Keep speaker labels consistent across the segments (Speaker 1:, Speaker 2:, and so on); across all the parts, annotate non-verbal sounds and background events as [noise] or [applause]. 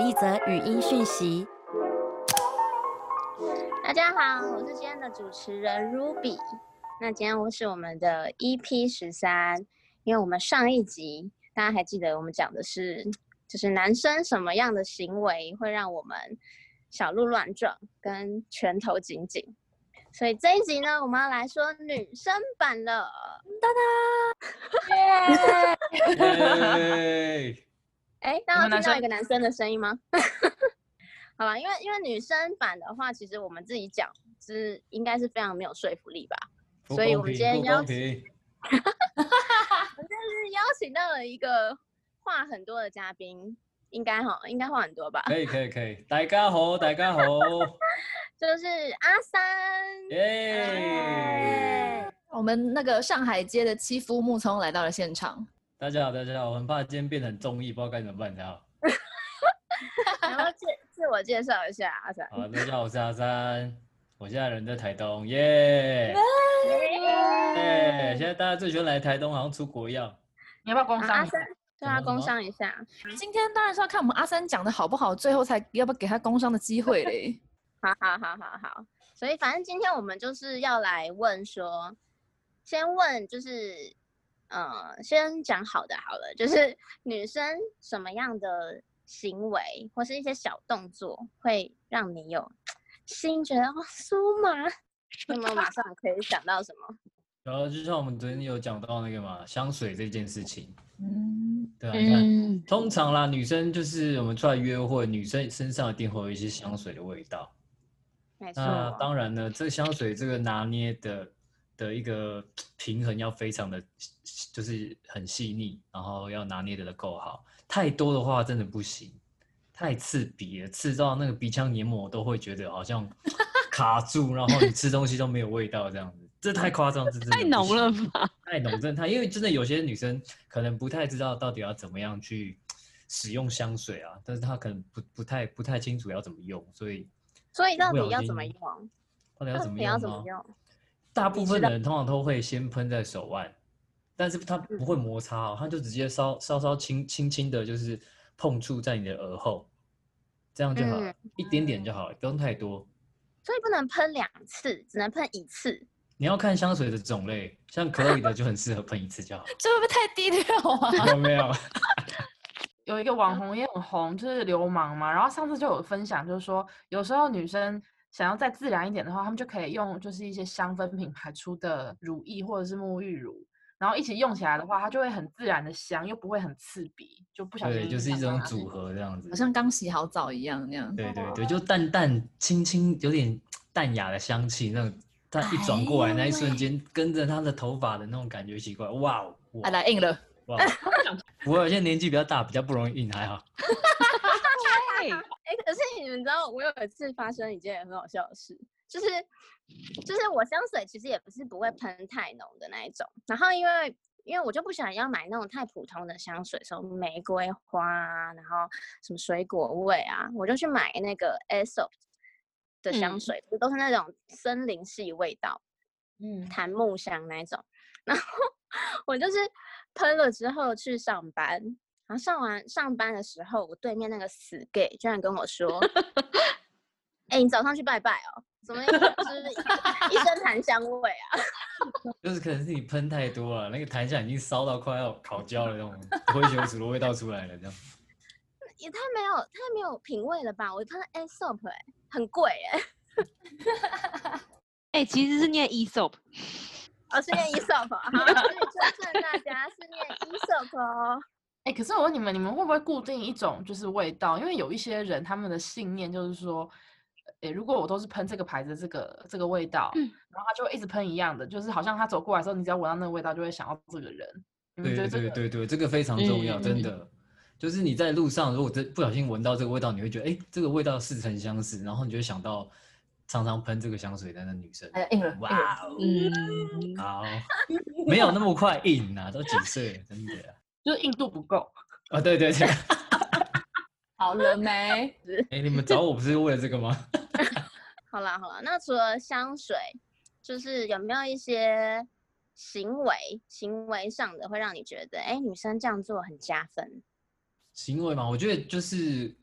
Speaker 1: 一则语音讯息。
Speaker 2: 大家好，我是今天的主持人 Ruby。那今天我是我们的 EP 十三，因为我们上一集大家还记得我们讲的是，就是男生什么样的行为会让我们小鹿乱撞跟拳头紧紧，所以这一集呢，我们要来说女生版了。 [laughs]
Speaker 3: 耶！
Speaker 2: 哎，
Speaker 4: 你
Speaker 2: 大
Speaker 4: 们
Speaker 2: 家有听到一
Speaker 4: 男生
Speaker 2: 个男生的声音吗？ [laughs] 好吧，因为因为女生版的话，其实我们自己讲是应该是非常没有说服力吧。
Speaker 3: 不
Speaker 2: 所以我
Speaker 3: 公
Speaker 2: 们
Speaker 3: 平
Speaker 2: 今天
Speaker 3: 不
Speaker 2: 邀
Speaker 3: 公平
Speaker 2: 就是邀请到了一个话很多的嘉宾，应该哈，应该话很多吧？
Speaker 3: 可以可以可以，大家好，大家好，
Speaker 2: 就是阿三，哎
Speaker 3: 耶！
Speaker 4: 我们那个上海街的七夫木聪来到了现场，
Speaker 3: 大家好，大家好，我很怕今天变得很综艺，不知道该怎么办，你知道吗？
Speaker 2: 然后自自我介绍一下阿三。 [laughs]
Speaker 3: 好，大家好，我是阿三，我现在人在台东，耶！耶！现在大家最喜欢来台东，好像出国一样。
Speaker 4: 你要不要工
Speaker 2: 啊阿三，对
Speaker 3: 什么
Speaker 2: 他
Speaker 3: 什
Speaker 2: 工
Speaker 3: 么
Speaker 2: 商一下。
Speaker 4: 今天当然是要看我们阿三讲的好不好，最后才要不要给他工商的机会嘞。 [laughs]
Speaker 2: 好好好好好，所以反正今天我们就是要来问说，先问就是，呃，先讲好的好了，就是 [laughs] 女生什么样的行为或是一些小动作会让你有心觉得哇酥麻？ [laughs] 那么马上可以想到什么？
Speaker 3: 然后就像我们昨天有讲到那个嘛，香水这件事情，
Speaker 4: 嗯，
Speaker 3: 对吧、啊你看，
Speaker 1: 嗯，
Speaker 3: 通常啦，女生就是我们出来约会，女生身上一定会有一些香水的味道。
Speaker 2: 没错，
Speaker 5: 啊
Speaker 3: 那啊当然呢，这个香水这个拿捏的的一个平衡要非常的，就是很细腻，然后要拿捏的够好。太多的话真的不行，太刺鼻了，刺到那个鼻腔黏膜都会觉得好像卡住，然后你吃东西都没有味道这样子，这太夸张，这真的
Speaker 5: 太
Speaker 3: 不
Speaker 5: 浓
Speaker 3: 行
Speaker 5: 了吧？
Speaker 3: 太浓真的太，因为真的有些女生可能不太知道到底要怎么样去使用香水啊，但是她可能不不太不太清楚要怎么用，所以
Speaker 2: 所以到
Speaker 3: 不
Speaker 2: 底
Speaker 3: 小
Speaker 2: 要怎
Speaker 3: 心
Speaker 2: 么用？
Speaker 3: 到底要怎么
Speaker 2: 底要
Speaker 3: 用哦
Speaker 2: 怎么
Speaker 3: 呢？
Speaker 2: 用？
Speaker 3: 大部分的人通常都会先喷在手腕，但是它不会摩擦哦，它就直接稍稍稍轻轻轻的，就是碰触在你的额后，这样就好了，一点点就好了，不用太多。
Speaker 2: 所以不能喷两次，只能喷一次。
Speaker 3: 你要看香水的种类，像 Chloe 的就很适合喷一次就好，
Speaker 4: [laughs] 这会不会太低调啊？ [laughs]
Speaker 3: 有没有？
Speaker 6: 有一个
Speaker 3: 嗯
Speaker 6: 网红也很红，就是流氓嘛。然后上次就有分享，就是说有时候女生想要再自然一点的话，她们就可以用就是一些香氛品牌出的乳液或者是沐浴乳，然后一起用起来的话，它就会很自然的香，又不会很刺鼻，就不小心
Speaker 3: 对，就是一
Speaker 6: 想到
Speaker 3: 种
Speaker 6: 哪
Speaker 3: 组合这样子
Speaker 4: 好。像刚洗好澡一样那样。
Speaker 3: 对对对，就淡淡轻轻有点淡雅的香气，那种它一转过来那一瞬间，跟着她的头发的那种感觉奇怪，哇哦！哇
Speaker 4: 啊，来硬了，
Speaker 3: 哇， [laughs] 不过现在年纪比较大，比较不容易硬，还好。
Speaker 5: 对，
Speaker 2: 哎、可是你们知道，我有一次发生一件很好笑的事，就是就是我香水其实也不是不会喷太浓的那一种，然后因为因为我就不想要买那种太普通的香水，什么玫瑰花啊，然后什么水果味啊，我就去买那个 Aesop 的香
Speaker 5: 嗯
Speaker 2: 水，都是那种森林系味道。
Speaker 6: 嗯，
Speaker 2: 檀木香那一种。然后 [laughs] 我就是喷了之后去上班，然后上完上班的时候，我对面那个死 gay 居然跟我说：“哎、你早上去拜拜哦，怎么一个就是一一身檀香味啊
Speaker 3: 就是可能是你喷太多了，那个檀香已经烧到快要烤焦了，那种灰熊鼠的味道出来了，这样。？”
Speaker 2: 也太没有太没有品味了吧！我喷 A soap 哎、很贵哎、
Speaker 5: 哎、其实是念 ESOP，
Speaker 2: 哦是念 E soap，啊好，所以纠正大家是念 E soap 哦。
Speaker 6: 哎、可是我问你们，你们会不会固定一种就是味道？因为有一些人他们的信念就是说，哎、如果我都是喷这个牌子的这个这个味道，
Speaker 5: 嗯
Speaker 6: 然后他就会一直喷一样的，就是好像他走过来的时候，你只要闻到那个味道，就会想到这个人。你们
Speaker 3: 对对
Speaker 6: 觉得这
Speaker 3: 对
Speaker 6: 个
Speaker 3: 对对，这个非常重要，
Speaker 5: 嗯
Speaker 3: 真的。就是你在路上，如果真不小心闻到这个味道，你会觉得，哎，这个味道似曾相识，然后你就会想到常常喷这个香水的那女生。
Speaker 4: 哎，硬了，硬了
Speaker 3: 哇哦，
Speaker 5: 嗯，
Speaker 3: 好，没有那么快硬啊，都几岁了，真的啊
Speaker 6: 就是硬度不够？
Speaker 3: 啊，对对对，
Speaker 4: 好了没？
Speaker 3: [laughs] 哎，你们找我不是为了这个吗？
Speaker 2: 好啦好啦，那除了香水，就是有没有一些行为行为上的会让你觉得，哎、女生这样做很加分？
Speaker 3: 行为嘛，我觉得就是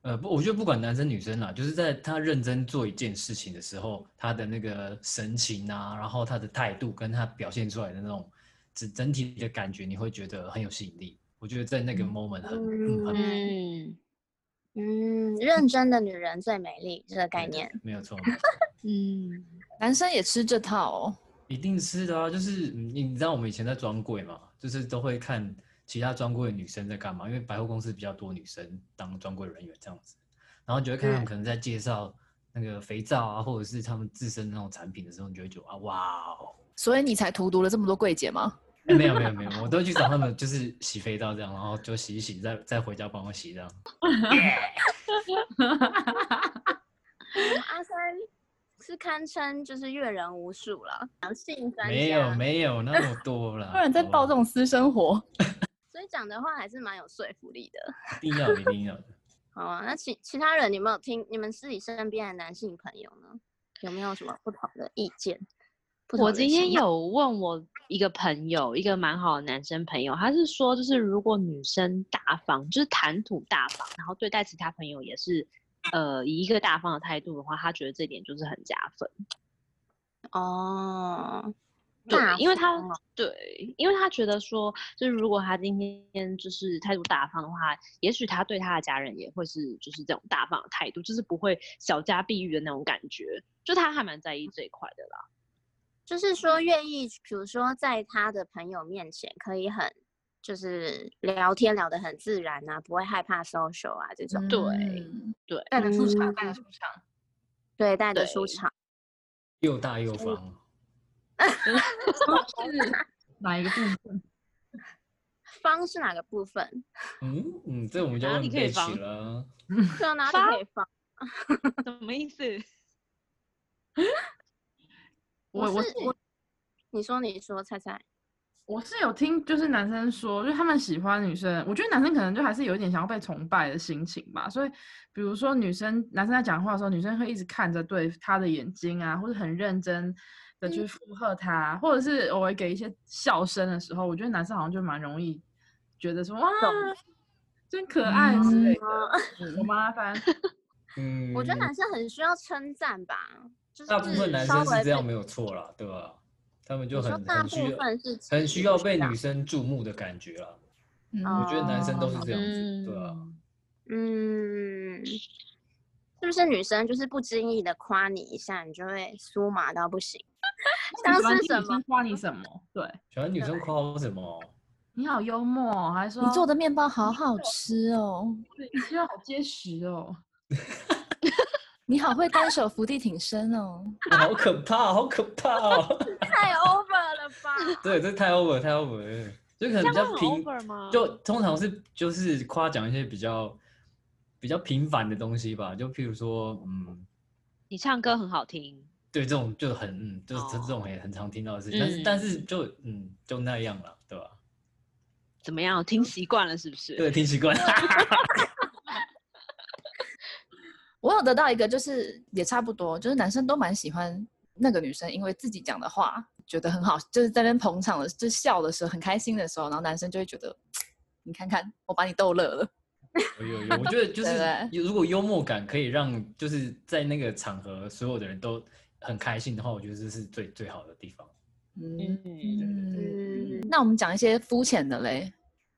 Speaker 3: 呃，不，我觉得不管男生女生啦，就是在他认真做一件事情的时候，他的那个神情啊，然后他的态度跟他表现出来的那种整整体的感觉，你会觉得很有吸引力。我觉得在那个
Speaker 4: 嗯
Speaker 3: moment 很、嗯、很
Speaker 5: 嗯
Speaker 2: 嗯，认真的女人最美丽这个概念。
Speaker 3: 没有错，
Speaker 5: 嗯，
Speaker 4: 男生也吃这套哦。
Speaker 3: 一定是的啊。就是你你知道我们以前在专柜嘛，就是都会看其他专柜的女生在干嘛，因为百货公司比较多女生当专柜人员这样子，然后你就会看他
Speaker 2: 嗯
Speaker 3: 们可能在介绍那个肥皂啊，或者是他们自身那种产品的时候，你就会觉得啊，哇哦。
Speaker 4: 所以你才荼毒了这么多柜姐吗？
Speaker 3: 欸没有没有没有，我都去找他们，就是洗肥皂这样，然后就洗一洗，再再回家帮我洗这样。
Speaker 2: 阿三是堪称就是阅人无数了，良性专家。
Speaker 3: 没有没有那么多啦，
Speaker 4: 不然在
Speaker 3: 好好
Speaker 4: 报这种私生活。
Speaker 2: 所以讲的话还是蛮有说服力的。
Speaker 3: 一定要一定要的。
Speaker 2: 好啊，那其其他人有没有听？你们自己身边的男性朋友呢，有没有什么不同的意见？不同
Speaker 5: 我
Speaker 2: 的
Speaker 5: 今天
Speaker 2: 想法，
Speaker 5: 有问我一个朋友，一个蛮好的男生朋友，他是说，就是如果女生大方，就是谈吐大方，然后对待其他朋友也是，呃，以一个大方的态度的话，他觉得这点就是很加分。
Speaker 2: 哦，
Speaker 5: 对
Speaker 2: 大，
Speaker 5: 因为他
Speaker 2: 方哦
Speaker 5: 对，因为他觉得说，就是如果他今天就是态度大方的话，也许他对他的家人也会是就是这种大方的态度，就是不会小家碧玉的那种感觉，就他还蛮在意这一块的啦。
Speaker 3: 嗯
Speaker 2: 就是说愿意，比如说在他的朋友面前可以很就是聊天聊得很自然啊，不会害怕 social 啊这种，
Speaker 5: 对
Speaker 4: 嗯
Speaker 5: 对，
Speaker 6: 带得出场，
Speaker 2: 嗯
Speaker 6: 带得出场。
Speaker 2: 对，带得
Speaker 5: 对
Speaker 2: 出场。
Speaker 3: 又大又方，
Speaker 6: 哪一个部分？
Speaker 2: 方是哪个部分？
Speaker 3: 嗯嗯，这我们就
Speaker 5: 哪
Speaker 3: 问
Speaker 5: 里可以
Speaker 3: Bitch
Speaker 5: 方
Speaker 3: 了。
Speaker 2: 对啊，哪里
Speaker 5: 方
Speaker 2: 可以方？
Speaker 5: [laughs] 什么意思？
Speaker 6: 我我
Speaker 2: 是我，你说你说，菜菜。
Speaker 6: 我是有听，就是男生说，就是他们喜欢女生，我觉得男生可能就还是有一点想要被崇拜的心情吧。所以，比如说女生男生在讲话的时候，女生会一直看着对他的眼睛啊，或者很认真的
Speaker 2: 嗯
Speaker 6: 去附和他，或者是偶尔给一些笑声的时候，我觉得男生好像就蛮容易觉得说哇，真可爱
Speaker 2: 嗯
Speaker 6: 之类的。我麻烦，
Speaker 2: [laughs]
Speaker 3: 嗯，
Speaker 2: 我觉得男生很需要称赞吧，就是
Speaker 3: 大部分男
Speaker 2: 嗯稍
Speaker 3: 生
Speaker 2: 微
Speaker 3: 是这样，
Speaker 2: 被
Speaker 3: 没有错啦，对吧？他们就
Speaker 2: 你说
Speaker 3: 很
Speaker 2: 大
Speaker 3: 很
Speaker 2: 部
Speaker 3: 需要
Speaker 2: 分是指
Speaker 3: 很需要被
Speaker 2: 这样
Speaker 3: 女生注目的感觉啦。
Speaker 4: 嗯
Speaker 3: 我觉得男生都是
Speaker 2: 哦
Speaker 3: 这样子，对啊。
Speaker 2: 嗯，是不是女生就是不经意的夸你一下，你就会酥麻到不行？像
Speaker 6: 喜欢
Speaker 2: 是
Speaker 6: 听
Speaker 2: 什
Speaker 6: 女生
Speaker 2: 么？
Speaker 6: 夸你什么？对，
Speaker 3: 喜欢女生夸我什么？
Speaker 6: 你好幽默哦，还说
Speaker 4: 你做的面包好好吃哦，
Speaker 6: 你吃肉好结实哦。
Speaker 4: 你好会单手伏地挺身哦。
Speaker 3: 好可怕，好可怕哦！
Speaker 2: [laughs]
Speaker 3: [laughs]
Speaker 2: 太 over 了吧？
Speaker 3: 对，这太 over，太 over，了就可能比较平，
Speaker 5: 吗
Speaker 3: 就通常是就是夸奖一些比较比较平凡的东西吧，就譬如说，嗯，
Speaker 5: 你唱歌很好听，
Speaker 3: 对，这种就很，嗯，就是这
Speaker 5: 哦
Speaker 3: 这种也很常听到的事情，但是但是就嗯就那样了，对吧？ [laughs]
Speaker 5: 怎么样？听习惯了是不是？
Speaker 3: 对，听习惯，
Speaker 4: 我有得到一个，就是也差不多，就是男生都蛮喜欢那个女生，因为自己讲的话觉得很好，就是在那边捧场的，就是笑的时候很开心的时候，然后男生就会觉得，你看看我把你逗乐了。
Speaker 3: 有有有，我觉
Speaker 4: [laughs]
Speaker 3: 得就
Speaker 4: 对不
Speaker 3: 是如果幽默感可以让就是在那个场合所有的人都很开心的话，我觉得这是最最好的地方。
Speaker 4: 嗯
Speaker 5: 嗯，
Speaker 4: 嗯，
Speaker 2: 嗯，
Speaker 4: 那我们讲一些肤浅的嘞。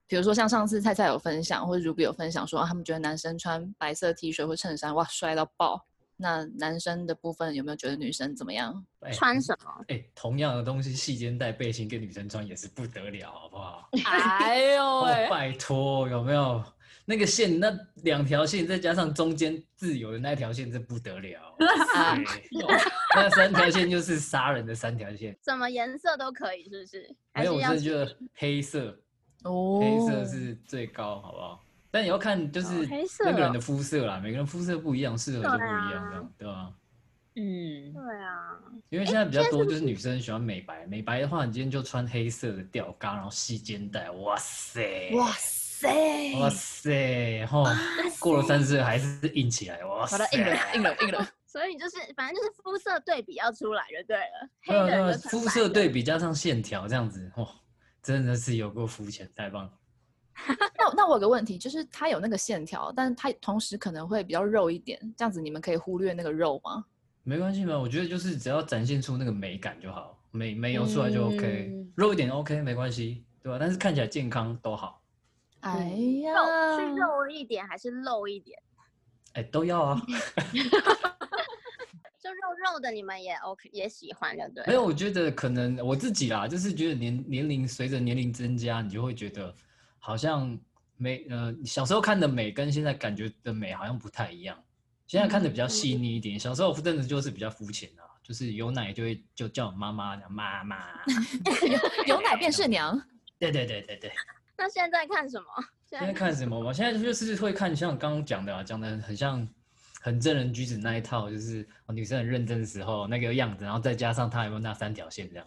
Speaker 4: 比如说像上次菜菜有分享，或者 Ruby 有分享说、啊他们觉得男生穿白色 T 恤或衬衫，哇，帅到爆。那男生的部分有没有觉得女生怎么样？
Speaker 3: 哎
Speaker 2: 穿什么？
Speaker 3: 哎、同样的东西，细肩带、背心跟女生穿也是不得了，好不好？
Speaker 4: [laughs] 哎呦
Speaker 3: 哦，拜托，有没有那个线？那两条线再加上中间自由的那条线，这不得
Speaker 4: [laughs]
Speaker 3: 了。
Speaker 4: 啊
Speaker 3: 对那三条线就是杀人的三条线。
Speaker 2: 什么颜色都可以，是不是？还
Speaker 3: 没有，
Speaker 2: 是
Speaker 3: 我
Speaker 2: 要
Speaker 3: 真的觉得黑色，
Speaker 4: 哦
Speaker 3: 黑色是最高，好不好？但也要看就是
Speaker 2: 哦黑色
Speaker 3: 那个人
Speaker 2: 哦
Speaker 3: 的肤色啦，每个人肤色不一样，适合就不一样，这样对吧、啊
Speaker 5: 嗯，
Speaker 2: 对啊，
Speaker 3: 因为现在比较多就是女生喜欢美白，美白的话，你今天就穿黑色的吊嘎，然后细肩带，哇塞，
Speaker 4: 哇塞，
Speaker 3: 哇塞，吼，过了三十岁还是硬起来，哇
Speaker 4: 把
Speaker 3: 塞
Speaker 4: 它，硬 [laughs] 了，硬了，硬了。
Speaker 2: 所以就是反正就是肤色对比要出来就对了，黑
Speaker 3: 对啊
Speaker 2: 的
Speaker 3: 对啊
Speaker 2: 人就穿
Speaker 3: 肤
Speaker 2: 白
Speaker 3: 色
Speaker 2: 的
Speaker 3: 对比加上线条这样子，哇，真的是有够肤浅，太棒了。
Speaker 4: 那那我有个问题，就是它有那个线条，但是它同时可能会比较肉一点，这样子你们可以忽略那个肉吗？
Speaker 3: 没关系嘛，我觉得就是只要展现出那个美感就好，美美油出来就 OK，、
Speaker 1: 嗯
Speaker 3: 肉一点 OK 没关系，对吧？但是看起来健康都好，
Speaker 4: 哎呀，
Speaker 2: 肉是肉一点还是露一点？
Speaker 3: 哎、都要啊。
Speaker 2: 就肉肉的，你们也 OK 也喜欢的，对了？
Speaker 3: 没有，我觉得可能我自己啦，就是觉得年年龄随着年龄增加，你就会觉得好像美呃小时候看的美跟现在感觉的美好像不太一样。现在看的比较细腻一点，小时候真的就是比较肤浅啊，就是有奶就会就叫妈妈讲妈妈，
Speaker 4: 牛奶便是娘。
Speaker 3: 对对对对对。
Speaker 2: 那现在看什么？现
Speaker 3: 现在
Speaker 2: 在
Speaker 3: 看什么嘛？现在就是会看像刚刚讲的啊，讲的很像很正人举止那一套，就是、哦女生很认真的时候那个样子，然后再加上她有没有那三条线这样。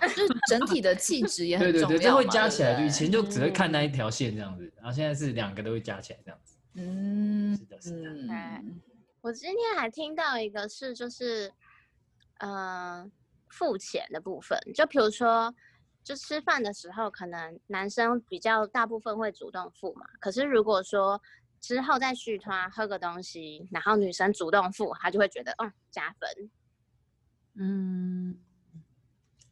Speaker 4: 就是整体的气
Speaker 3: [laughs]
Speaker 4: 质也
Speaker 3: 对
Speaker 4: 很重
Speaker 3: 对
Speaker 4: 要嘛，
Speaker 3: 对，这会加起来，就以
Speaker 4: 对不对
Speaker 3: 前就只会看那一条线这样子，然后现在是两个都会加起来这样子。
Speaker 4: 嗯 [laughs]
Speaker 3: 是的，是的。
Speaker 4: 嗯，
Speaker 2: 我今天还听到一个是就是，嗯，付钱的部分，就比如说，就吃饭的时候，可能男生比较大部分会主动付嘛。可是如果说之后再续团喝个东西，然后女生主动付，她就会觉得嗯加分。
Speaker 6: 嗯，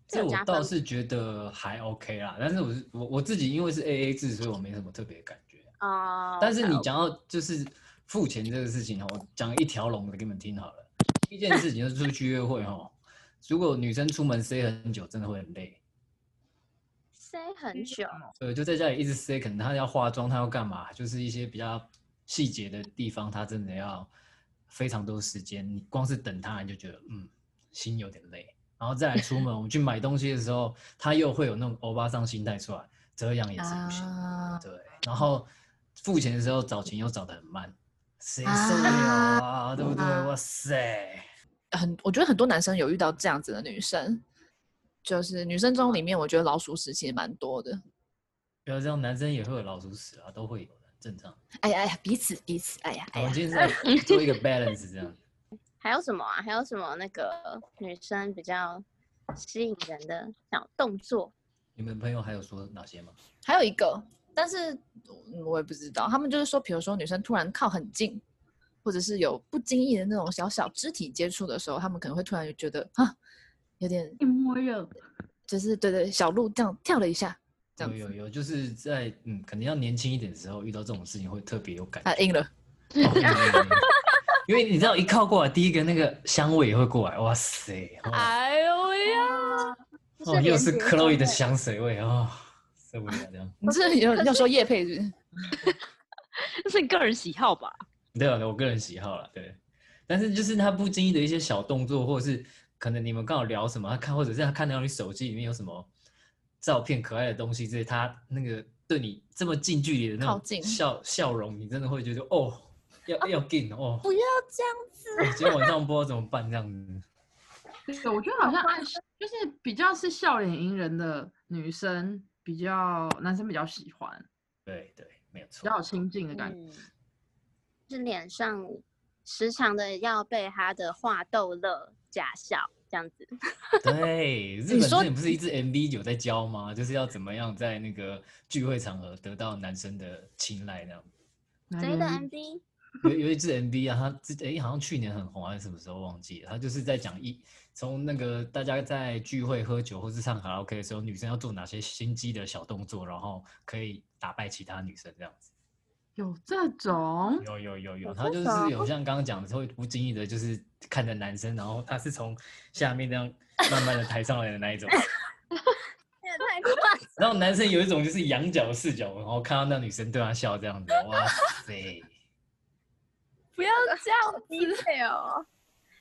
Speaker 3: 这
Speaker 2: 有
Speaker 3: 我
Speaker 2: 加
Speaker 3: 倒
Speaker 2: 分
Speaker 3: 是觉得还 OK 啦，但是我是我我自己因为是 AA 制，所以我没什么特别的感觉。
Speaker 2: 哦，
Speaker 3: 但是你
Speaker 2: 好
Speaker 3: 讲到就是付钱这个事情哦，我讲一条龙的给你们听好了。第一件事情就是出去约会哦，如果女生出门塞很久，真的会很累。
Speaker 2: 塞很
Speaker 6: 嗯
Speaker 2: 久，
Speaker 3: 对，就在家里一直塞，可能她要化妆，她要干嘛，就是一些比较细节的地方，她真的要非常多时间。你光是等她，你就觉得嗯，心有点累。然后再来出
Speaker 4: [laughs]
Speaker 3: 门，我们去买东西的时候，她又会有那种欧巴桑心态出来，这样也是不行。
Speaker 4: 啊，
Speaker 3: 对，然后付钱的时候找钱又找得很慢，谁受得了啊？对不对？
Speaker 4: 啊
Speaker 3: 哇塞！
Speaker 4: 很，我觉得很多男生有遇到这样子的女生，就是女生中里面，我觉得老鼠屎其实蛮多的。
Speaker 3: 不要这样，男生也会有老鼠屎啊，都会有的，正常。
Speaker 4: 哎呀哎呀，彼此彼此，哎呀
Speaker 3: 我
Speaker 4: 哎
Speaker 3: 们
Speaker 4: 呀，
Speaker 3: 今天是在做一个 balance 这样。
Speaker 2: 还有什么啊？还有什么那个女生比较吸引人的小动作？
Speaker 3: 你们朋友还有说哪些吗？
Speaker 4: 还有一个，但是嗯我也不知道，他们就是说，比如说女生突然靠很近，或者是有不经意的那种小小肢体接触的时候，他们可能会突然就觉得啊，有点
Speaker 7: 一摸肉，
Speaker 4: 就是对对，小鹿这样跳了一下，这样
Speaker 3: 有
Speaker 4: 子，
Speaker 3: 有有，就是在嗯，可能要年轻一点的时候遇到这种事情会特别有感觉。
Speaker 4: 啊硬了。
Speaker 3: 哦对对对对对因为你知道，一靠过来，第一个那个香味也会过来，哇塞！哦，
Speaker 4: 哎呦呀！
Speaker 2: 就
Speaker 3: 哦又
Speaker 2: 连
Speaker 3: 是
Speaker 2: 接
Speaker 3: Chloe
Speaker 2: 都会
Speaker 3: 的 [laughs] 香水味哦，受不了这样。
Speaker 4: 你这要要说叶佩是不是？
Speaker 5: 这是你个人喜好吧？
Speaker 3: 对啊，我个人喜好啦，对。但是就是他不经意的一些小动作，或者是可能你们刚好聊什么，他看或者是他看到你手机里面有什么照片、可爱的东西之类，他那个对你这么近距离的那
Speaker 4: 靠
Speaker 3: 种
Speaker 4: 近
Speaker 3: 笑笑容，你真的会觉得哦，要要 g 哦，
Speaker 1: 啊不要这样
Speaker 3: 我今天晚上不知道怎么办这样子。
Speaker 6: 对，我觉得好像暗示就是比较是笑脸迎人的女生，比较男生比较喜欢，
Speaker 3: 对对，没有错
Speaker 6: 比。较有亲近的感觉。
Speaker 1: 嗯，
Speaker 2: 是脸上时常的要被他的话逗乐、假笑这样子。
Speaker 3: 对，日
Speaker 4: 你
Speaker 3: 本之
Speaker 4: 说
Speaker 3: 前不是一支 MV 有在教吗？就是要怎么样在那个聚会场合得到男生的青睐那样。
Speaker 6: 哪
Speaker 2: 谁
Speaker 6: 个
Speaker 2: 的
Speaker 6: 人
Speaker 2: MV？
Speaker 3: 有有一支 MV 啊，他之诶好像去年很红还是什么时候忘记了，他就是在讲一从那个大家在聚会喝酒或是唱卡拉 OK 的时候，女生要做哪些心机的小动作，然后可以打败其他女生这样子。
Speaker 6: 有这种？
Speaker 3: 有有有有，
Speaker 2: 我
Speaker 3: 啊他
Speaker 2: 不
Speaker 3: 就是
Speaker 2: 懂
Speaker 3: 有像刚刚讲的，会不经意的就是看着男生，然后他是从下面这样 [laughs] 慢慢的抬上来的那一种，
Speaker 2: 这也太夸张！
Speaker 3: 然后男生有一种就是仰角视角，然后看到那女生对他笑这样子，哇塞！
Speaker 4: 不要这样子。
Speaker 2: [laughs] 哦。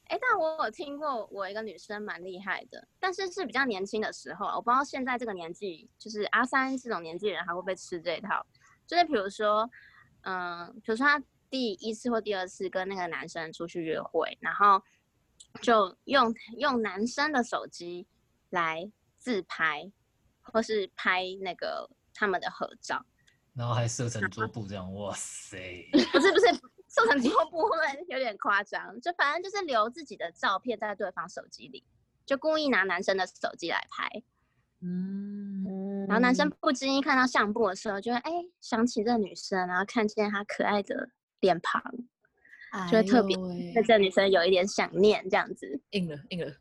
Speaker 2: 哎，但我有听过，我一个女生蛮厉害的，但是是比较年轻的时候啊，我不知道现在这个年纪，就是阿三这种年纪的人还会不会吃这一套。就是比如说，嗯、比如说她第一次或第二次跟那个男生出去约会，然后就用用男生的手机来自拍，或是拍那个他们的合照，
Speaker 3: 然后还射成桌布这样，哇塞！
Speaker 2: 不是不是，瘦成桌布会有点夸张，就反正就是留自己的照片在对方手机里，就故意拿男生的手机来拍，
Speaker 6: 嗯，
Speaker 2: 然后男生不经意看到相簿的时候，就会哎想起这女生，然后看见她可爱的脸庞，
Speaker 4: 哎
Speaker 2: 就会特别对这女生有一点想念这样子。
Speaker 4: 硬了硬了。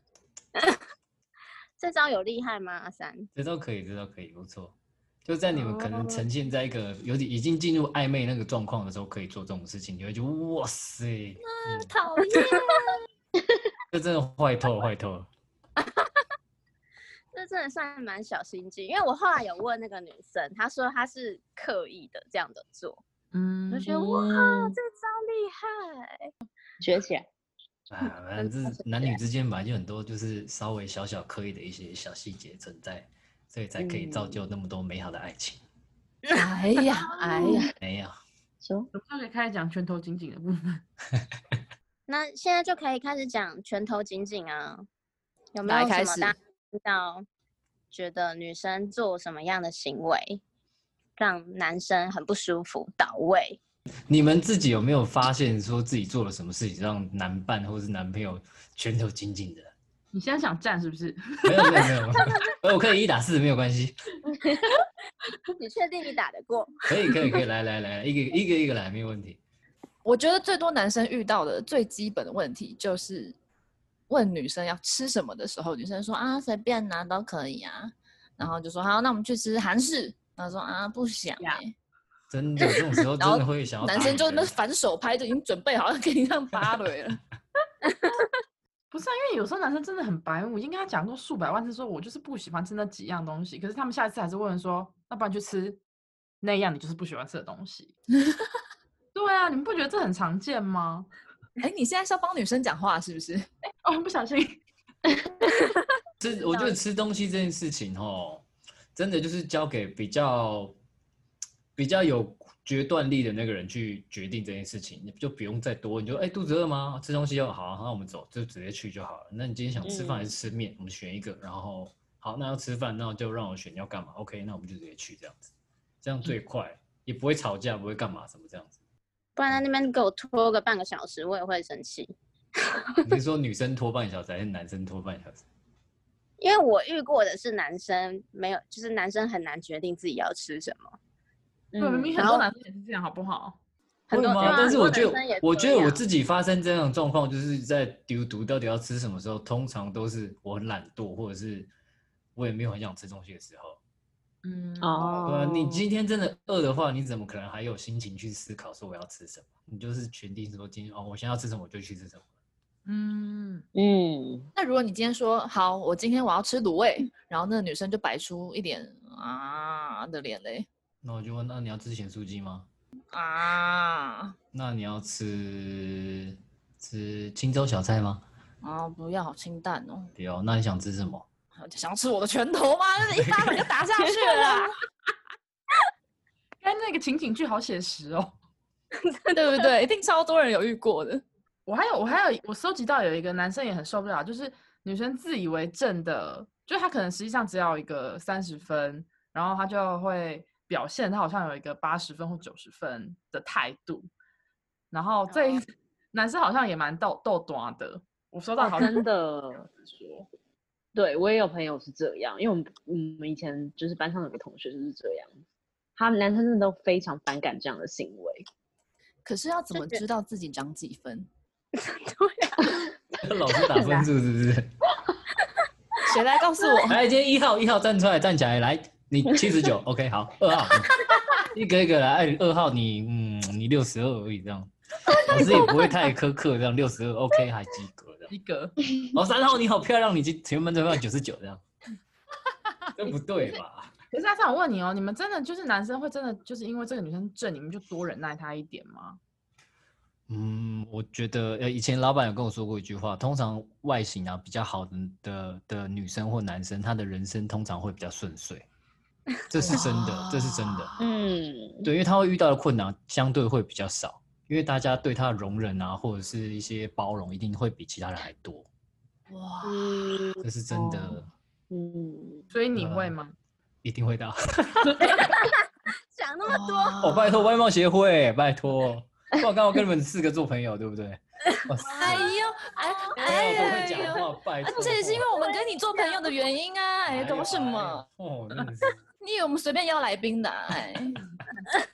Speaker 2: 这招有厉害吗？阿三，
Speaker 3: 这都可以，这都可以，不错。就在你们可能呈现在一个有点已经进入暧昧那个状况的时候，可以做这种事情，你会觉得哇塞，嗯
Speaker 4: 讨厌，
Speaker 3: 这真的坏透了，坏透了。
Speaker 2: 这真的算蛮小心机，因为我后来有问那个女生，她说她是刻意的这样的做，
Speaker 6: 嗯
Speaker 2: 我就觉得哇，这招厉害。
Speaker 5: 学起来。
Speaker 3: 啊，反正这男女之间本来就很多，就是稍微小小刻意的一些小细节存在，所以才可以造就那么多美好的爱情。
Speaker 4: 哎呀哎呀，
Speaker 3: 没有，
Speaker 5: 说
Speaker 6: 我们就可以开始讲拳头紧紧的部分。 [laughs]
Speaker 2: 那现在就可以开始讲拳头紧紧啊，有没
Speaker 4: 来
Speaker 2: 有
Speaker 4: 开
Speaker 2: 什么
Speaker 4: 始
Speaker 2: 大家知道？觉得女生做什么样的行为让男生很不舒服、倒胃？
Speaker 3: 你们自己有没有发现说自己做了什么事情让男伴或是男朋友拳头紧紧的？
Speaker 6: 你现在想站是不是？ [laughs]
Speaker 3: 没有没有没有，呃我可以一打四没有关系，
Speaker 2: [laughs] 你确定你打得过？
Speaker 3: 可以可以可以，来来来，一个一个一个来，没有问题。
Speaker 4: 我觉得最多男生遇到的最基本的问题就是问女生要吃什么的时候，女生说啊随便拿、都可以啊，然后就说好，那我们去吃韩式，然后说啊不想、
Speaker 6: 呀
Speaker 4: 欸，
Speaker 3: 真的，这种时候真
Speaker 4: [laughs] 然
Speaker 3: 的
Speaker 4: 后
Speaker 3: 会想要打
Speaker 4: 男
Speaker 3: 女
Speaker 4: 生
Speaker 3: 生
Speaker 4: 就那反手拍就已经准备好要给你这样芭蕾了。 [laughs]
Speaker 6: 不是啊，因为有时候男生真的很白目，已经跟他讲过数百万次，说我就是不喜欢吃那几样东西，可是他们下一次还是问说，那不然去吃那样你就是不喜欢吃的东西。对啊，你们不觉得这很常见吗？ [laughs]
Speaker 4: 哎，你现在是要帮女生讲话是不是？
Speaker 6: 哦，不小心，
Speaker 3: 吃，我觉得吃东西这件事情哦，真的就是交给比较比较有决断力的那个人去决定这件事情，你就不用再多问，你就哎肚子饿吗？吃东西要好啊，那我们走，就直接去就好了。那你今天想吃饭
Speaker 4: 嗯
Speaker 3: 还是吃面？我们选一个，然后好，那要吃饭，那就让我选要干嘛？OK，那我们就直接去这样子，这样
Speaker 4: 嗯
Speaker 3: 最快，也不会吵架，不会干嘛什么这样子。
Speaker 2: 不然在那边给我拖个半个小时，我也会生气。
Speaker 3: 你是说女生拖半小时还是男生拖半小时？
Speaker 2: 因为我遇过的是男生，没有，就是男生很难决定自己要吃什么。
Speaker 6: 对，明
Speaker 5: 嗯
Speaker 6: 明很
Speaker 2: 然
Speaker 6: 多
Speaker 2: 后
Speaker 6: 男生也是这样，好不好？
Speaker 2: 很
Speaker 3: 会
Speaker 2: 多对
Speaker 3: 吗？
Speaker 2: 啊
Speaker 3: 但
Speaker 2: 很
Speaker 3: 是
Speaker 2: 多
Speaker 3: 我觉
Speaker 2: 男生也
Speaker 3: 得，我觉得
Speaker 2: 这
Speaker 3: 我
Speaker 2: 样
Speaker 3: 自己发生这样的状况，就是在丢毒到底要吃什么时候，通常都是我很懒惰，或者是我也没有很想吃东西的时候。
Speaker 6: 嗯，
Speaker 5: 哦，
Speaker 3: 对啊，你今天真的饿的话，你怎么可能还有心情去思考说我要吃什么？你就是决定说今天哦，我现在要吃什么我就去吃什么。
Speaker 6: 嗯，
Speaker 5: 嗯，
Speaker 4: 那如果你今天说好，我今天我要吃卤味，然后那个女生就摆出一脸啊的脸嘞
Speaker 3: 那我就问，那你要吃咸酥鸡吗？
Speaker 4: 啊
Speaker 3: 那你要吃吃青州小菜吗？
Speaker 4: 啊，不要好清淡哦，
Speaker 3: 对哦，那你想吃什么？ [laughs]
Speaker 4: 想要吃我的拳头吗？ [laughs] 就是一巴掌就打下去 [laughs] 了，啊
Speaker 6: 刚才那个情景剧好写实哦。
Speaker 4: 对不对？一定超多人有遇过的。
Speaker 6: 我还有，我还有，我搜集到有一个男生也很受不了，就是女生自以为正的，就他可能实际上只要一个三十分，然后他就会表现他好像有一个八十分或九十分的态度，然后这
Speaker 5: 哦
Speaker 6: 一男生好像也蛮逗逗短的，我收到好像
Speaker 5: 哦真的。
Speaker 6: 说，
Speaker 5: 对我也有朋友是这样，因为我们嗯我们以前就是班上有个同学就是这样，他们男生真的都非常反感这样的行为。
Speaker 4: 可是要怎
Speaker 2: 就
Speaker 4: 么
Speaker 2: 觉
Speaker 4: 知道自己长几分？
Speaker 3: 老师打分数是不是？
Speaker 4: 谁来告诉我？
Speaker 3: 来，今天一号一号站出来，站起来，来，你七十九，OK，好，二号，嗯一个一个来，哎，二号你，嗯，你六十二而已，这样，老师也不会太苛刻，这样六十二，OK，还及格这样。
Speaker 6: 一个
Speaker 3: 哦，三号你好漂亮，你今全班最漂九十九这样，这不对吧？
Speaker 6: 可是阿尚，我问你哦，你们真的就是男生会真的就是因为这个女生正，你们就多忍耐她一点吗？
Speaker 3: 嗯，我觉得呃，以前老板有跟我说过一句话，通常外形啊比较好的的的女生或男生，他的人生通常会比较顺遂，这是真的，这是真的。
Speaker 5: 嗯，
Speaker 3: 对，因为他会遇到的困难相对会比较少，因为大家对他的容忍啊，或者是一些包容，一定会比其他人还多，
Speaker 4: 哇，
Speaker 2: 嗯，
Speaker 3: 这是真的，
Speaker 6: 哦
Speaker 5: 嗯，
Speaker 6: 所以你
Speaker 3: 嗯
Speaker 6: 会吗？
Speaker 3: 一定会的啊。
Speaker 4: 哦
Speaker 2: 讲那么
Speaker 4: 么
Speaker 3: 哦，拜托，外貌协会，拜
Speaker 4: [laughs]
Speaker 3: 托，我刚好跟你们四个做朋友，对不对？哇塞，
Speaker 4: 哎呦，哎
Speaker 3: 哎我
Speaker 4: 哎
Speaker 3: 会讲
Speaker 4: 呦，
Speaker 3: 话，拜
Speaker 4: 啊
Speaker 3: 托。
Speaker 4: 这也是因为我们跟你做朋友的原因啊！哎，
Speaker 3: 哎呦
Speaker 4: 懂什么？？
Speaker 3: 哎呦哦，真的是
Speaker 4: 你以为我们随便邀来宾的、
Speaker 3: [laughs]
Speaker 4: 啊？哎，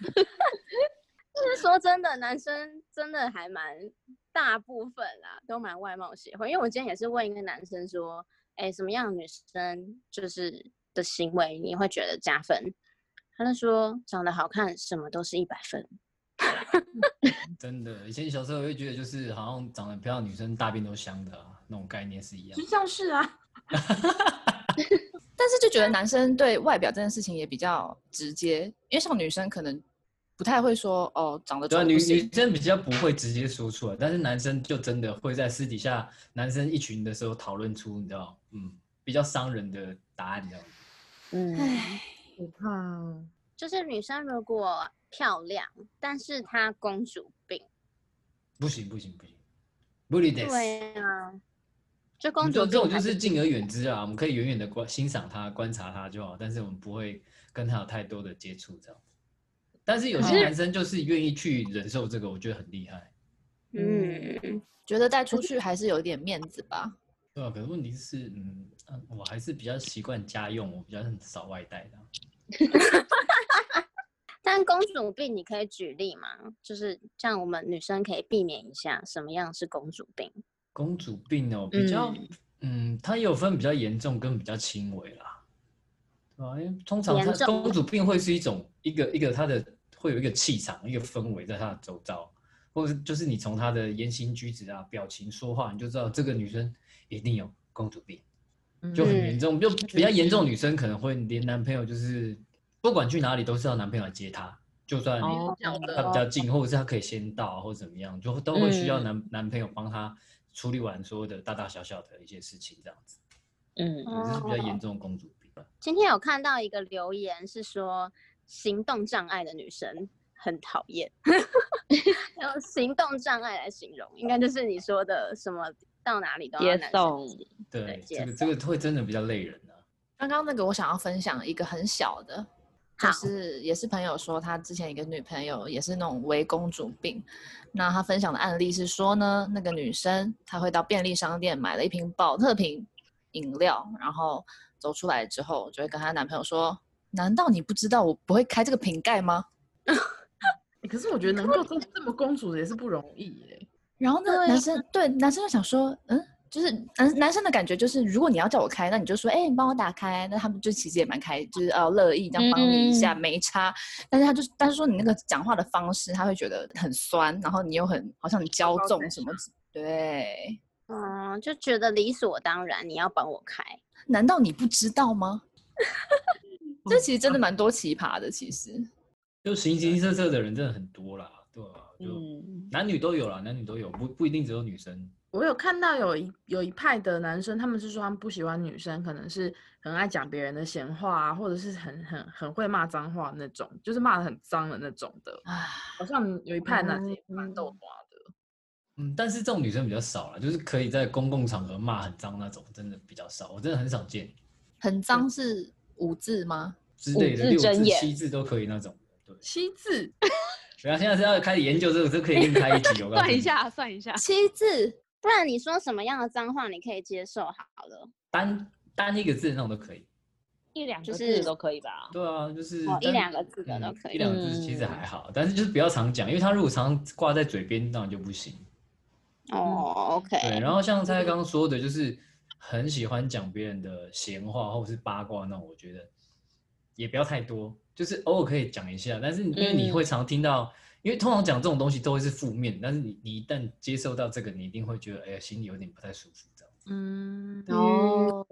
Speaker 2: 就是说真的，男生真的还蛮大部分啦，都蛮外貌协会。因为我今天也是问一个男生说，哎，什么样的女生就是的行为你会觉得加分？他就说长得好看，什么都是一百分。
Speaker 3: 真的，以前小时候会觉得就是好像长得漂亮的女生大便都香的、啊、那种概念是一样
Speaker 6: 实。际上是啊，
Speaker 4: 但是就觉得男生对外表这件事情也比较直接，因为像女生可能不太会说哦，长得
Speaker 3: 对啊，
Speaker 4: 丑
Speaker 3: 女
Speaker 4: 不行
Speaker 3: 女生比较不会直接说出来，但是男生就真的会在私底下男生一群的时候讨论出，你知道，嗯，比较伤人的答案，你知道吗？
Speaker 5: 嗯，
Speaker 6: 可怕哦。
Speaker 2: 就是女生如果漂亮，但是她公主病，
Speaker 3: 不行不行不行，不理得。
Speaker 2: 对啊，就
Speaker 3: 我
Speaker 2: 公
Speaker 3: 们
Speaker 2: 主
Speaker 3: 就
Speaker 2: 病
Speaker 3: 这种
Speaker 2: 才
Speaker 3: 就是敬而远之啊，我们可以远远的观欣赏他、观察他就好，但是我们不会跟他有太多的接触这样。但是有
Speaker 4: 可
Speaker 3: 些
Speaker 4: 是
Speaker 3: 男生就是愿意去忍受这个，我觉得很厉害。
Speaker 2: 嗯，
Speaker 4: 觉得带出去还是有一点面子吧。
Speaker 3: 对啊，可是问题是，嗯，啊我还是比较习惯家用，我比较少外带的啊。
Speaker 2: 但公主病你可以举例吗？就是像我们女生可以避免一下，什么样是公主病？
Speaker 3: 公主病哦，比较，嗯，它也有分比较严重跟比较轻微啦，对啊吧、因为通常
Speaker 2: 严
Speaker 3: 它
Speaker 2: 重
Speaker 3: 公主病会是一种一个一个它的会有一个气场，一个氛围在她的周遭，或者就是你从她的言行举止啊、表情、说话，你就知道这个女生一定有公主病，
Speaker 6: 嗯
Speaker 3: 就
Speaker 2: 嗯
Speaker 3: 很严重。就比较严重，女生可能会连男朋友就是不管去哪里都是要男朋友来接她，就算
Speaker 5: 哦
Speaker 6: 这样
Speaker 3: 他
Speaker 6: 的
Speaker 3: 比较近，或者是他可以先到啊，或者怎么样，就都会需要
Speaker 5: 嗯
Speaker 3: 男、男朋友帮他处理完所有的大大小小的一些事情，这样子，
Speaker 5: 嗯
Speaker 3: 对这是比较严
Speaker 2: 哦
Speaker 3: 重的公主病。啊
Speaker 2: 今天有看到一个留言是说，行动障碍的女生很讨厌， [laughs] 用行动障碍来形容，应该就是你说的什么到哪里都要
Speaker 5: 接
Speaker 2: 男生
Speaker 5: 送
Speaker 2: 接
Speaker 3: 对，
Speaker 2: 接
Speaker 3: 这个这个会真的比较累人啊。
Speaker 4: 刚刚那个我想要分享一个很小的，就
Speaker 2: 好
Speaker 4: 是也是朋友说他之前一个女朋友也是那种伪公主病，那他分享的案例是说呢，那个女生她会到便利商店买了一瓶宝特瓶饮料，然后走出来之后就会跟她男朋友说：“难道你不知道我不会开这个瓶盖吗
Speaker 6: 欸可是我觉得能够做这么公主的也是不容易耶。？”
Speaker 4: 然后
Speaker 2: 对
Speaker 4: 呢，
Speaker 2: 啊
Speaker 4: 男生对男生就想说：“嗯。”就是男男生的感觉就是，如果你要叫我开，那你就说，哎、你帮我打开，那他们就其实也蛮开，就是哦乐意这样帮你一下，没差。但是他就是，但是说你那个讲话的方式，他会觉得很酸，然后你又很好像很骄
Speaker 2: 高
Speaker 4: 纵
Speaker 2: 在
Speaker 4: 什么之，对。
Speaker 2: 嗯，就觉得理所当然，你要帮我开。
Speaker 4: 难道你不知道吗？ [laughs] 这其实真的蛮多奇葩的，其实。
Speaker 3: 就形形色色的人真的很多啦，对吧、就、
Speaker 5: 嗯，
Speaker 3: 男女都有啦，男女都有，不不一定只有女生。
Speaker 6: 我有看到有一有一派的男生，他们是说他们不喜欢女生，可能是很爱讲别人的闲话啊，或者是很很很会骂脏话那种，就是骂的很脏的那种的。
Speaker 4: 啊，
Speaker 6: 好像有一派男生也蛮豆花的，
Speaker 3: 嗯，但是这种女生比较少啦，就是可以在公共场合骂很脏那种，真的比较少，我真的很少见
Speaker 4: 很脏是五字吗？
Speaker 3: 之类的
Speaker 5: 五字
Speaker 3: 六
Speaker 5: 真
Speaker 3: 字
Speaker 5: 言
Speaker 3: 七字都可以那种。对，
Speaker 6: 七字
Speaker 3: 然后现在是要开始研究这个，这可以另开
Speaker 5: [laughs]
Speaker 3: 一集。我告诉
Speaker 5: 算一
Speaker 3: 你，
Speaker 5: 下，算一下，
Speaker 4: 七字。
Speaker 2: 不然你说什么样的脏话你可以接受好了？
Speaker 3: 单单一个字那种都可以。
Speaker 5: [laughs] 一两
Speaker 2: 就
Speaker 5: 个
Speaker 2: 是
Speaker 5: 字都可以吧？
Speaker 3: 对啊，就是
Speaker 2: 哦一
Speaker 3: 但
Speaker 2: 两个字的
Speaker 3: 嗯
Speaker 2: 都可以
Speaker 3: 一两个字其实
Speaker 5: 嗯
Speaker 3: 还好，但是就是不要常讲，因为他如果常挂在嘴边，那样就不行。
Speaker 2: 哦，OK、o
Speaker 3: 对，
Speaker 2: k
Speaker 3: 然后像蔡刚刚说的，就是很喜欢讲别人的闲话或者是八卦那种，我觉得也不要太多，就是偶尔可以讲一下，但是因为你
Speaker 5: 嗯
Speaker 3: 会常听到，因为通常讲这种东西都会是负面，但是你你一旦接受到这个，你一定会觉得哎呀心里有点不太舒服这样。
Speaker 6: 嗯，
Speaker 5: 哦，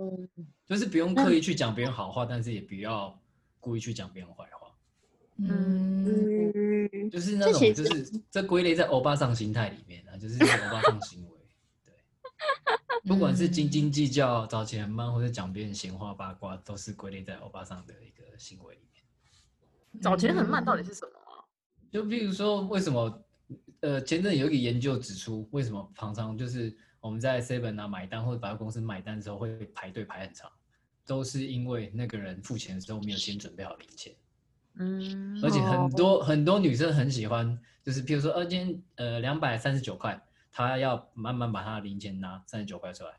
Speaker 3: 就是不用
Speaker 2: 嗯
Speaker 3: 刻意去讲别人好话，但是也不要故意去讲别人坏话。
Speaker 4: 嗯，
Speaker 2: 嗯，
Speaker 3: 就是那种，
Speaker 2: 其
Speaker 3: 就
Speaker 2: 实
Speaker 3: 是这归类在欧巴桑心态里面啊，就是这个欧巴桑行为。对，不管
Speaker 4: 嗯
Speaker 3: 是斤斤计较、找钱很慢，或者讲别人闲话八卦，都是归类在欧巴桑的一个行为里面。
Speaker 6: 找钱很慢到底
Speaker 4: 嗯
Speaker 6: 是什么啊？
Speaker 3: 就比如说，为什么？呃，前阵有一个研究指出，为什么常常就是我们在 Seven 啊买单或者百货公司买单的时候会排队排很长，都是因为那个人付钱的时候没有先准备好零钱。
Speaker 6: 嗯，
Speaker 3: 而且很多、很多女生很喜欢，就是譬如说，呃，今天呃两百三十九块，她要慢慢把她的零钱拿三十九块出来，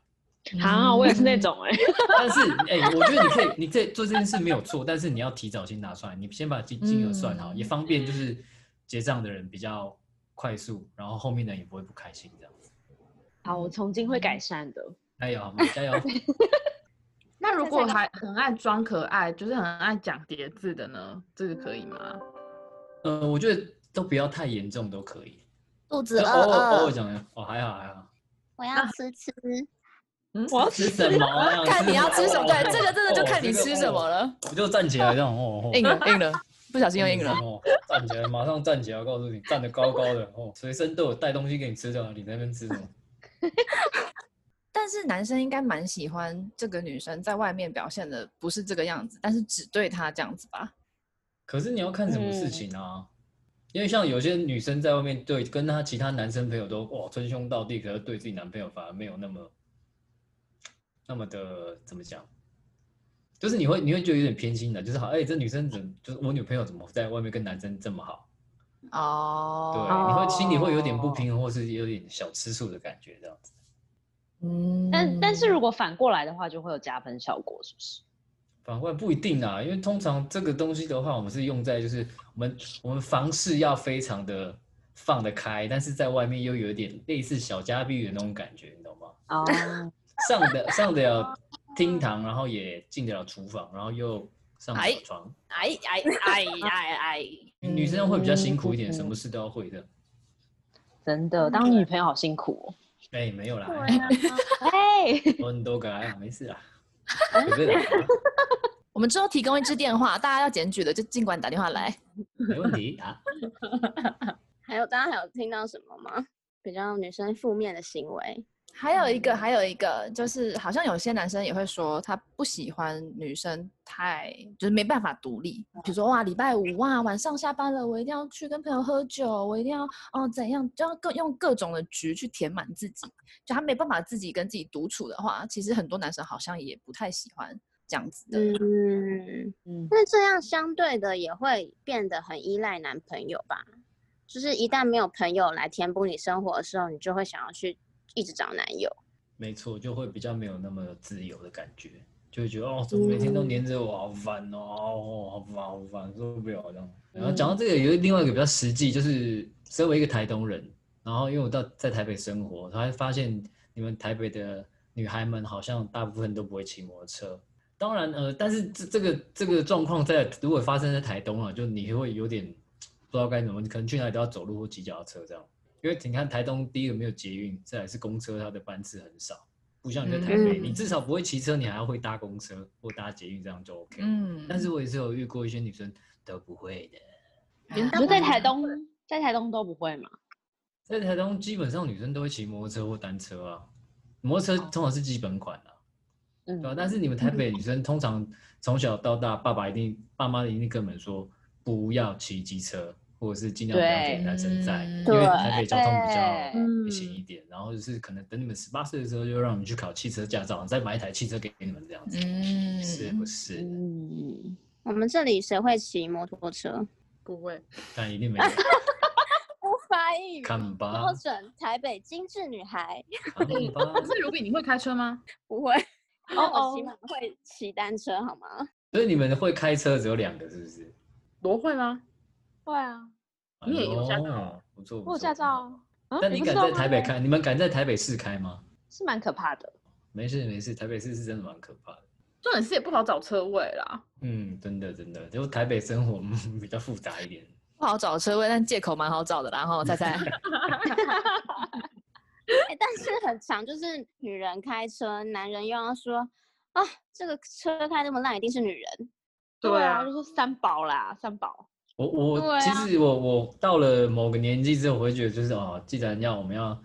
Speaker 4: 嗯
Speaker 5: 啊，我也是那种哎、
Speaker 3: 但是，哎、我觉得你可以，你这做这件事没有错，但是你要提早先拿出来，你先把金金额算
Speaker 4: 嗯
Speaker 3: 好，也方便就是结账的人比较快速，然后后面的人也不会不开心这样子。
Speaker 5: [laughs] 好，我从今会改善的。
Speaker 3: 加油，好吗？
Speaker 4: [laughs]
Speaker 3: 加油！
Speaker 6: 那如果还很爱装可爱，就是很爱讲叠字的呢，这个可以吗？
Speaker 3: 呃，我觉得都不要太严重，都可以。
Speaker 1: 肚子
Speaker 3: 就
Speaker 4: 啊
Speaker 1: 饿
Speaker 3: 偶尔偶尔
Speaker 1: 饿，
Speaker 3: 讲讲，哦，还好还好。
Speaker 2: 我要吃
Speaker 3: [laughs]
Speaker 2: 吃，
Speaker 5: 我要
Speaker 3: 吃什么啊？
Speaker 4: 哦 [laughs] 看你要吃什么，对，这个真的就
Speaker 3: 哦
Speaker 4: 看你
Speaker 3: 这个
Speaker 4: 吃什么了，
Speaker 3: 我就站起来这样，哦，哦
Speaker 4: [laughs] 硬了硬了，不小心又硬了。
Speaker 3: 哦，站起来，马上站起来，我告诉你，站得高高的，哦，随身都有带东西给你吃的，你在那边吃什么？
Speaker 4: 但是男生应该蛮喜欢这个女生在外面表现的不是这个样子，但是只对她这样子吧。
Speaker 3: 可是你要看什么事
Speaker 5: 嗯
Speaker 3: 情啊？因为像有些女生在外面对跟她其他男生朋友都哇称兄道弟，可是对自己男朋友反而没有那么那么的怎么讲？就是你会你会觉得有点偏心的，就是好哎、这女生怎就是我女朋友怎么在外面跟男生这么好？对，你
Speaker 4: 哦，
Speaker 3: 会心里会有点不平衡，或是有点小吃醋的感觉这样子。
Speaker 4: 嗯
Speaker 5: 但但是如果反过来的话，就会有加分效果，是不是？
Speaker 3: 反过来不一定啊，因为通常这个东西的话，我们是用在就是我们我们房事要非常的放得开，但是在外面又有点类似小家碧玉的那种感觉，你懂吗？
Speaker 5: [laughs] 哦，
Speaker 3: 上得上得了厅堂，然后也进得了厨房，然后又上得了床。
Speaker 4: 哎哎哎哎哎，
Speaker 3: 女生会比较辛苦一点，什么事都要会的。
Speaker 5: 真的，当女朋友好辛苦
Speaker 3: 哎、没有啦，
Speaker 2: 对
Speaker 3: 还好
Speaker 2: 啊，
Speaker 5: 哦。哎，
Speaker 3: 我很多个还好，没事啦。随便啦
Speaker 4: 我们之后提供一支电话，大家要检举的就尽管打电话来。
Speaker 3: 没问题啊。
Speaker 2: 还有大家还有听到什么吗？比较女生负面的行为，
Speaker 4: 还有一个，还有一个，就是好像有些男生也会说他不喜欢女生太就是没办法独立，比如说哇，礼拜五哇，晚上下班了，我一定要去跟朋友喝酒，我一定要哦怎样，就要各用各种的局去填满自己，就他没办法自己跟自己独处的话，其实很多男生好像也不太喜欢这样子的。
Speaker 2: 嗯，
Speaker 5: [laughs]
Speaker 2: [laughs]
Speaker 5: 嗯，
Speaker 2: 那这样相对的也会变得很依赖男朋友吧？就是一旦没有朋友来填补你生活的时候，你就会想要去一直找男友。
Speaker 3: 没错，就会比较没有那么自由的感觉，就会觉得哦，怎么每天都黏着我，好烦哦，哦好烦好烦，受不了这样。然后讲到这个，有另外一个比较实际，就是身为一个台东人，然后因为我到在台北生活，然后发现你们台北的女孩们好像大部分都不会骑摩托车。当然，呃，但是这这个这个状况在如果发生在台东啊，就你会有点不知道该怎么，可能去哪里都要走路或骑脚踏车这样。因为你看台东第一个没有捷运，再来是公车，它的班次很少，不像你在台北，
Speaker 2: 嗯
Speaker 3: 你至少不会骑车，你还要会搭公车或搭捷运，这样就 OK。
Speaker 4: 嗯
Speaker 3: 但是我也是有遇过一些女生都不会的，哎
Speaker 5: 你说在台东，在台东都不会嘛？
Speaker 3: 在台东基本上女生都会骑摩托车或单车啊，摩托车通常是基本款啊，
Speaker 5: 嗯
Speaker 3: 对吧、，但是你们台北女生通常从小到大，爸爸一定爸妈一定跟我们说不要骑机车，或者是尽量不要给男生载，
Speaker 4: 嗯
Speaker 3: 因为台北交通比较
Speaker 5: 对。
Speaker 3: 一行一
Speaker 6: 嗯，
Speaker 3: 点，然后就是可能等你们十八岁的时候，就让你们去考汽车驾照，再买一台汽车给你们这样子，
Speaker 4: 嗯
Speaker 3: 是不是？
Speaker 5: 嗯，
Speaker 2: 我们这里谁会骑摩托车？
Speaker 6: 不会，
Speaker 3: 但一定
Speaker 6: [laughs]
Speaker 3: 没有，
Speaker 2: 无法一语，
Speaker 3: 看吧，
Speaker 2: 标准台北精致女孩
Speaker 3: 看吧
Speaker 6: 可。是如比你会开车吗？
Speaker 2: 不 [laughs] 会。
Speaker 5: 哦
Speaker 2: 但我起
Speaker 5: 哦
Speaker 2: 码会骑单车好吗？
Speaker 3: 所以你们会开车只有两个，是不是？
Speaker 6: 罗会吗？
Speaker 5: 会啊，
Speaker 6: 你也有驾照
Speaker 3: 照，哎不错，
Speaker 5: 我有
Speaker 3: 不错
Speaker 5: 驾照。啊。啊
Speaker 3: 但你
Speaker 5: 不
Speaker 3: 敢
Speaker 5: 知道
Speaker 3: 在台
Speaker 5: 吗
Speaker 3: 北开？你们敢在台北市开吗？
Speaker 5: 是蛮可怕的。
Speaker 3: 没事没事，台北市是真的蛮可怕的。
Speaker 6: 重点是也不好找车位啦。
Speaker 3: 嗯，真的真的，就台北生活 [laughs] 嗯比较复杂一点。
Speaker 4: 不好找车位，但借口蛮好找的啦。然后猜
Speaker 3: [laughs]
Speaker 4: 猜，
Speaker 2: 哎、但是很长，就是女人开车，男人又要说啊，这个车开那么烂，一定是女人。
Speaker 6: 对啊
Speaker 5: 啊，就说三宝啦，三宝。
Speaker 3: 我我、
Speaker 2: 对啊
Speaker 3: 其实我我到了某个年纪之后，我会觉得就是哦，既然要我们要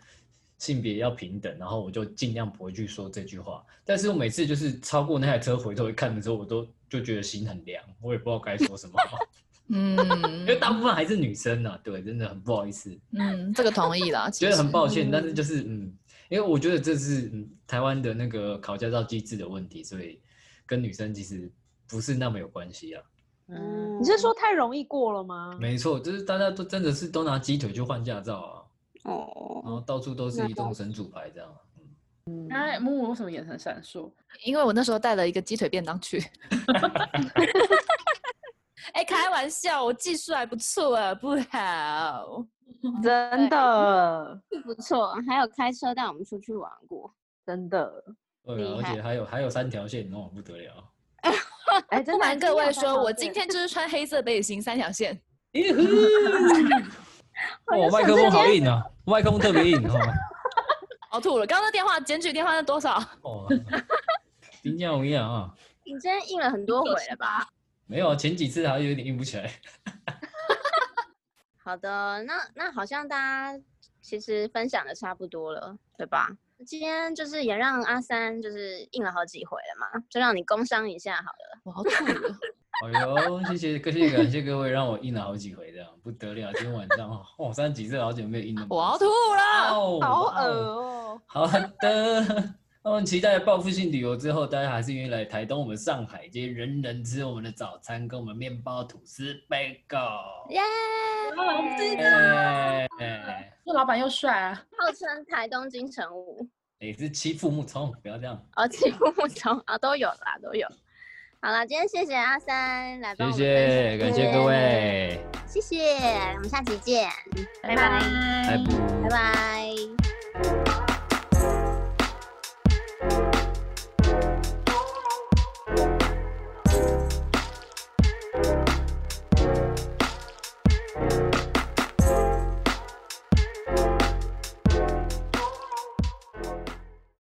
Speaker 3: 性别要平等，然后我就尽量不会去说这句话。但是我每次就是超过那台车回头一看的时候，我都就觉得心很凉，我也不知道该说什么，
Speaker 2: [laughs]
Speaker 4: 嗯，
Speaker 3: 因为大部分还是女生呢、啊，对，真的很不好意思，
Speaker 4: 嗯，这个同意啦，
Speaker 3: 觉得很
Speaker 4: 棒。
Speaker 3: 抱歉，但是就是嗯，因为我觉得这是、嗯、台湾的那个考驾照机制的问题，所以跟女生其实不是那么有关系啊。
Speaker 2: 嗯
Speaker 5: 你是说太容易过了吗？
Speaker 3: 没错，就是大家都真的是都拿鸡腿去换驾照啊。然
Speaker 2: 哦，
Speaker 3: 后到处都是移动神主牌这样。嗯
Speaker 6: 哎，木木为什么眼神闪烁？
Speaker 4: 因为我那时候带了一个鸡腿便当去。哎、开玩笑，我技术还不错啊，不好。
Speaker 7: 真的
Speaker 2: 不错，还有开车带我们出去玩过。
Speaker 7: 真的，
Speaker 3: 对啊，
Speaker 2: 厉
Speaker 3: 而
Speaker 2: 害
Speaker 3: 且还有还有三条线，哦，不得了。
Speaker 7: 哎，
Speaker 4: 不
Speaker 7: 真的
Speaker 4: 瞒各位说，我今
Speaker 7: 天。
Speaker 4: 天就是穿黑色背心三条线。
Speaker 3: 哦，麦克风好硬啊，麦克风特别硬哦。
Speaker 4: 好吐了，刚刚那电话检举电话是多少？
Speaker 3: 哦，丁家荣一样啊，
Speaker 2: 你今天印了很多回了吧？
Speaker 3: 没有啊前几次还有点硬不起来。
Speaker 2: 好的，那那好像大家其实分享的差不多了，对吧？今天就是也让阿三就是印了好几回了嘛，就让你工商一下好了。
Speaker 4: 我好吐了。
Speaker 3: 哎呦，谢谢，感谢感谢各位，让我硬了好几回，这样不得了。今天晚上哦，哇三十几次好久没有硬了。
Speaker 4: [laughs] 我要吐了！
Speaker 3: 哦，
Speaker 7: 好
Speaker 3: 哇
Speaker 7: 恶
Speaker 3: 哦
Speaker 7: 哦、
Speaker 3: 好的， [laughs] 那我们期待报复性旅游之后，大家还是愿意来台东、我们上海街，人人吃我们的早餐，跟我们面包、吐司、贝狗。
Speaker 2: 耶、
Speaker 3: 哎，
Speaker 6: 那老板又帅啊！
Speaker 2: 号称台东金城武，
Speaker 3: 也是欺负木聪，不要这样。
Speaker 2: 哦，几乎不同啊，都有啦，都有。好啦，今天谢谢阿三来帮
Speaker 3: 谢
Speaker 2: 我们分
Speaker 3: 谢，感谢各位，
Speaker 2: 享，谢谢，我们下期见，
Speaker 5: 拜拜
Speaker 3: 拜
Speaker 2: 拜
Speaker 3: 拜。
Speaker 2: 拜。